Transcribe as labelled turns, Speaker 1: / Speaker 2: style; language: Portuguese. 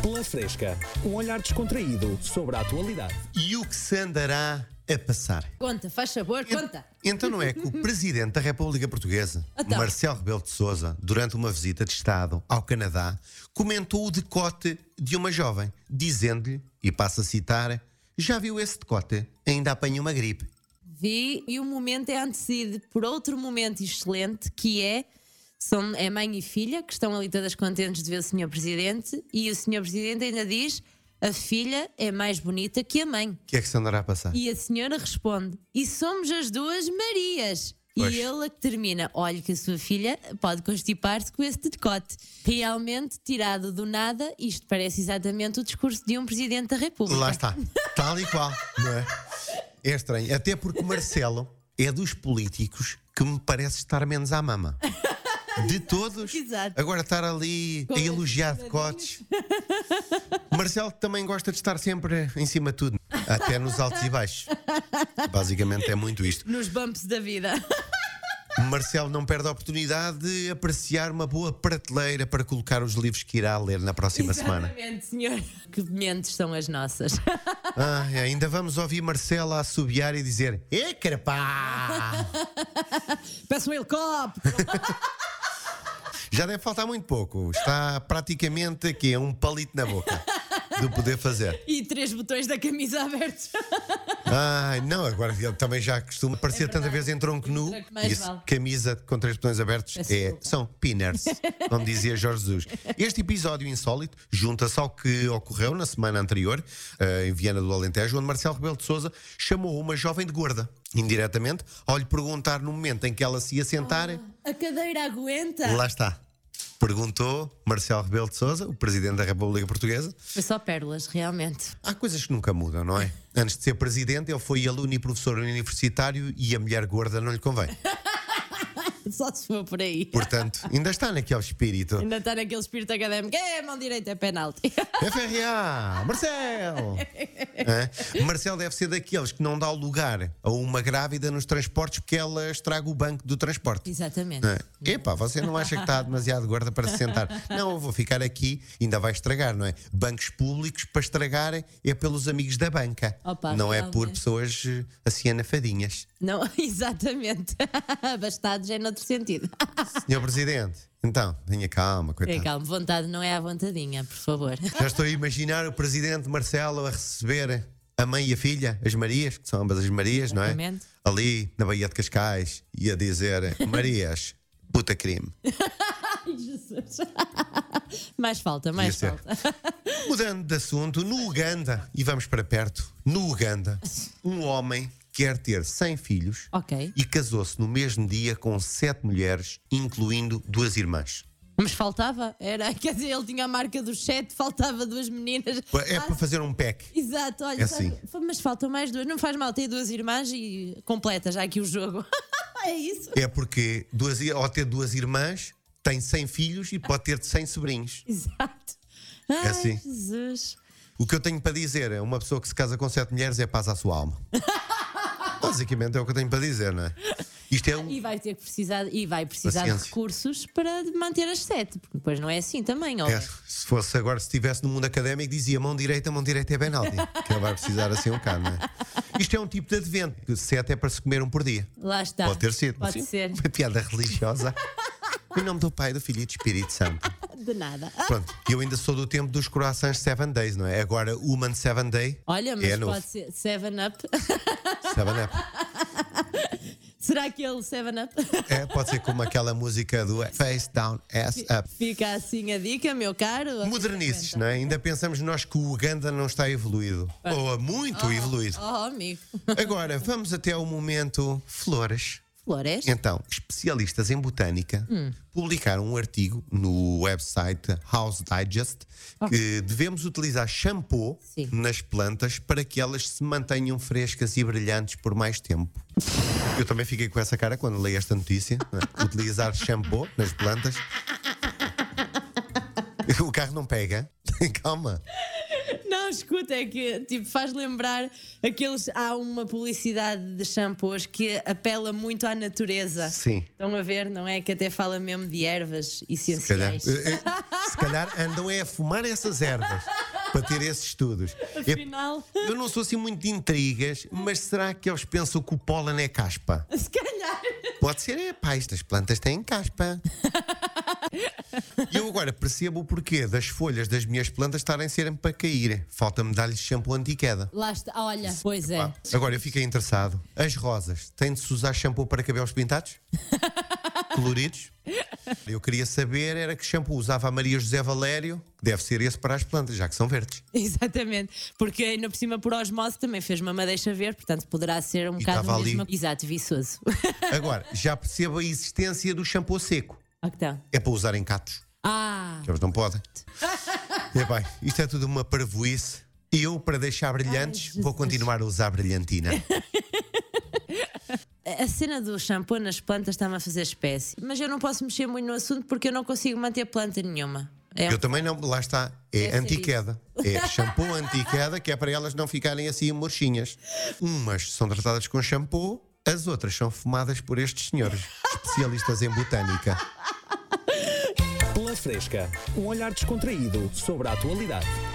Speaker 1: Pela Fresca, um olhar descontraído sobre a atualidade.
Speaker 2: E o que se andará a passar?
Speaker 3: Conta, faz sabor,
Speaker 2: Ent-
Speaker 3: conta.
Speaker 2: Então não é que o Presidente da República Portuguesa,
Speaker 3: Então.
Speaker 2: Marcelo Rebelo de Sousa, durante uma visita de Estado ao Canadá, comentou o decote de uma jovem, dizendo-lhe, e passo a citar, já viu esse decote? Ainda apanho uma gripe.
Speaker 3: Vi e o momento é antecedido por outro momento excelente que é. São, é mãe e filha que estão ali todas contentes de ver o Sr. Presidente e o Sr. Presidente ainda diz a filha é mais bonita que a mãe.
Speaker 2: O que é que se andará a passar?
Speaker 3: E a senhora responde: E somos as duas Marias.
Speaker 2: Pois.
Speaker 3: E ele a que termina: Olhe que a sua filha pode constipar-se com esse decote. Realmente, tirado do nada, isto parece exatamente o discurso de um Presidente da República.
Speaker 2: Lá está, tal e qual, não é? É estranho, até porque Marcelo é dos políticos que me parece estar menos à mama. De todos,
Speaker 3: Exato.
Speaker 2: agora estar ali
Speaker 3: Com
Speaker 2: a elogiar
Speaker 3: as
Speaker 2: decotes. Marcelo também gosta de estar sempre em cima de tudo, até nos altos e baixos. Basicamente é muito isto.
Speaker 3: Nos bumps da vida.
Speaker 2: Marcelo não perde a oportunidade de apreciar uma boa prateleira para colocar os livros que irá ler na próxima semana.
Speaker 3: Exatamente, senhor. Que mentes são as nossas.
Speaker 2: Ah, ainda vamos ouvir Marcela assobiar e dizer: É carapá!
Speaker 3: Peço um helicóptero.
Speaker 2: Já deve faltar muito pouco. Está praticamente aqui, é um palito na boca do poder fazer.
Speaker 3: e três botões da camisa abertos.
Speaker 2: Ai, não, agora ele também já costuma aparecer tanta vez em tronco nu.
Speaker 3: Mais
Speaker 2: Isso,
Speaker 3: É vale.
Speaker 2: camisa com três botões abertos
Speaker 3: Peço
Speaker 2: é,
Speaker 3: desculpa.
Speaker 2: são pinners, como dizia Jorge Jesus. Este episódio insólito junta-se ao que ocorreu na semana anterior, eh, em Viana do Alentejo, onde Marcelo Rebelo de Souza chamou uma jovem de gorda, indiretamente, ao lhe perguntar no momento em que ela se ia sentar.
Speaker 3: A cadeira aguenta.
Speaker 2: Lá está. Perguntou Marcelo Rebelo de Souza, o presidente da República Portuguesa.
Speaker 3: Foi só pérolas, realmente.
Speaker 2: Há coisas que nunca mudam, não é? Antes de ser presidente, ele foi aluno e professor universitário e a mulher gorda não lhe convém.
Speaker 3: Só se for por aí.
Speaker 2: Portanto, ainda está naquele espírito.
Speaker 3: Ainda está naquele espírito académico. É, mão direita é penalti.
Speaker 2: FRA! Marcelo! Hã? Marcelo É? deve ser daqueles que não dá lugar a uma grávida nos transportes porque ela estraga o banco do transporte.
Speaker 3: Exatamente.
Speaker 2: Não é? Epá, você não acha que está demasiado gorda para se sentar? Não, eu vou ficar aqui, ainda vai estragar, não é? Bancos públicos para estragar é pelos amigos da banca,
Speaker 3: Opa,
Speaker 2: não é por
Speaker 3: realmente.
Speaker 2: pessoas eh, assim anafadinhas.
Speaker 3: Não, exatamente. Bastados é noutro sentido.
Speaker 2: Senhor Presidente, então, tenha calma,
Speaker 3: É,
Speaker 2: coitado.
Speaker 3: calma, vontade não é à vontadinha, por favor.
Speaker 2: Já estou a imaginar o Presidente Marcelo a receber a mãe e a filha, as Marias, que são ambas as Marias, não é?
Speaker 3: Exatamente.
Speaker 2: Ali na Baía de Cascais e a dizer: Marias, puta crime.
Speaker 3: Ai, Jesus. Mais falta,
Speaker 2: Devia
Speaker 3: mais
Speaker 2: ser.
Speaker 3: falta.
Speaker 2: Mudando de assunto, no Uganda, e vamos para perto, no Uganda, um homem quer ter 100 filhos
Speaker 3: Ok.
Speaker 2: e casou-se no mesmo dia com sete mulheres, incluindo duas irmãs.
Speaker 3: Mas faltava, era, quer dizer, ele tinha a marca dos sete, faltava duas meninas.
Speaker 2: É
Speaker 3: Ah,
Speaker 2: para fazer um pack.
Speaker 3: Exato, olha,
Speaker 2: É
Speaker 3: sabe,
Speaker 2: assim.
Speaker 3: fa- mas faltam mais duas. Não faz mal, tem duas irmãs e completa já aqui o jogo. é isso?
Speaker 2: É porque duas, i- ao ter duas irmãs, tem 100 filhos e pode ter 100 sobrinhos.
Speaker 3: Exato. Ai,
Speaker 2: assim.
Speaker 3: Jesus.
Speaker 2: O que eu tenho para dizer a uma pessoa que se casa com sete mulheres é paz à sua alma. Basicamente é o que eu tenho para dizer, não é? Isto é um,
Speaker 3: E vai ter que precisar, e vai precisar de
Speaker 2: Paciência.
Speaker 3: recursos para manter as sete, porque depois não é assim também, ó.
Speaker 2: É, se fosse agora, se estivesse no mundo académico, dizia mão direita, mão direita é Benaldi, que ele vai precisar assim um bocado, não é? Isto é um tipo de advento, que sete é para se comer um por dia.
Speaker 3: Lá está.
Speaker 2: Pode ter sido.
Speaker 3: Tá, Pode
Speaker 2: Sim.
Speaker 3: ser.
Speaker 2: Uma piada religiosa. em nome do Pai, do Filho e do Espírito Santo.
Speaker 3: De nada.
Speaker 2: Pronto, eu ainda sou do tempo dos croissants Seven Days, não é? Agora, Human Seven Day.
Speaker 3: Olha, mas
Speaker 2: é novo.
Speaker 3: pode ser Seven Up.
Speaker 2: Seven Up.
Speaker 3: Será que ele Seven Up?
Speaker 2: É, pode ser como aquela música do Face Down, Ass Up.
Speaker 3: Fica assim a dica, meu caro.
Speaker 2: Modernices, não é? Ainda pensamos nós que o Uganda não está evoluído. Ou é muito evoluído.
Speaker 3: Oh, amigo.
Speaker 2: Agora, vamos até ao momento flores.
Speaker 3: Flores?
Speaker 2: Então, especialistas em botânica
Speaker 3: Hum.
Speaker 2: publicaram um artigo no website House Digest que devemos utilizar shampoo
Speaker 3: Ah. Sim.
Speaker 2: nas plantas para que elas se mantenham frescas e brilhantes por mais tempo. Eu também fiquei com essa cara quando leio esta notícia. não é? utilizar shampoo nas plantas. O carro não pega. Calma.
Speaker 3: Não, escuta, é que tipo, faz lembrar aqueles. Há uma publicidade de shampoos que apela muito à natureza.
Speaker 2: Sim.
Speaker 3: Estão a ver, não é? Que até fala mesmo de ervas
Speaker 2: Se calhar,
Speaker 3: essenciais.
Speaker 2: eh, eh, se calhar andam é a fumar essas ervas para ter esses estudos. É-
Speaker 3: Afinal,
Speaker 2: eu não sou assim muito de intrigas, mas será que eles pensam que o pólen é caspa?
Speaker 3: se calhar.
Speaker 2: Pode ser, é pá, estas plantas têm caspa. E eu agora percebo o porquê das folhas das minhas plantas estarem sempre para cair. Falta-me dar-lhes shampoo anti-queda.
Speaker 3: Lá está, olha. Pois é.
Speaker 2: Pá, Agora eu fiquei interessado. As rosas, têm de se usar shampoo para cabelos pintados? Coloridos? Eu queria saber era que shampoo usava a Maria José Valério, que deve ser esse para as plantas, já que são verdes.
Speaker 3: Exatamente, porque ainda por cima por osmose também fez uma madeixa ver, portanto poderá ser um bocado
Speaker 2: estava
Speaker 3: o
Speaker 2: ali.
Speaker 3: mesmo. Exato, viçoso.
Speaker 2: Agora, já percebo a existência do shampoo seco.
Speaker 3: Ah, que tal?
Speaker 2: É para usar em catos.
Speaker 3: Ah,
Speaker 2: que eles não podem. É bem, isto é tudo uma parvoíce. E eu, para deixar brilhantes, vou continuar a usar brilhantina.
Speaker 3: a cena do shampoo nas plantas está-me a fazer espécie, mas eu não posso mexer muito no assunto porque eu não consigo manter planta nenhuma. É,
Speaker 2: Eu também não, lá está, é
Speaker 3: Deve ser
Speaker 2: anti-queda. É shampoo anti-queda, que é para elas não ficarem assim murchinhas. Umas são tratadas com shampoo, as outras são fumadas por estes senhores, especialistas em botânica.
Speaker 1: Pela Fresca, um olhar descontraído sobre a atualidade.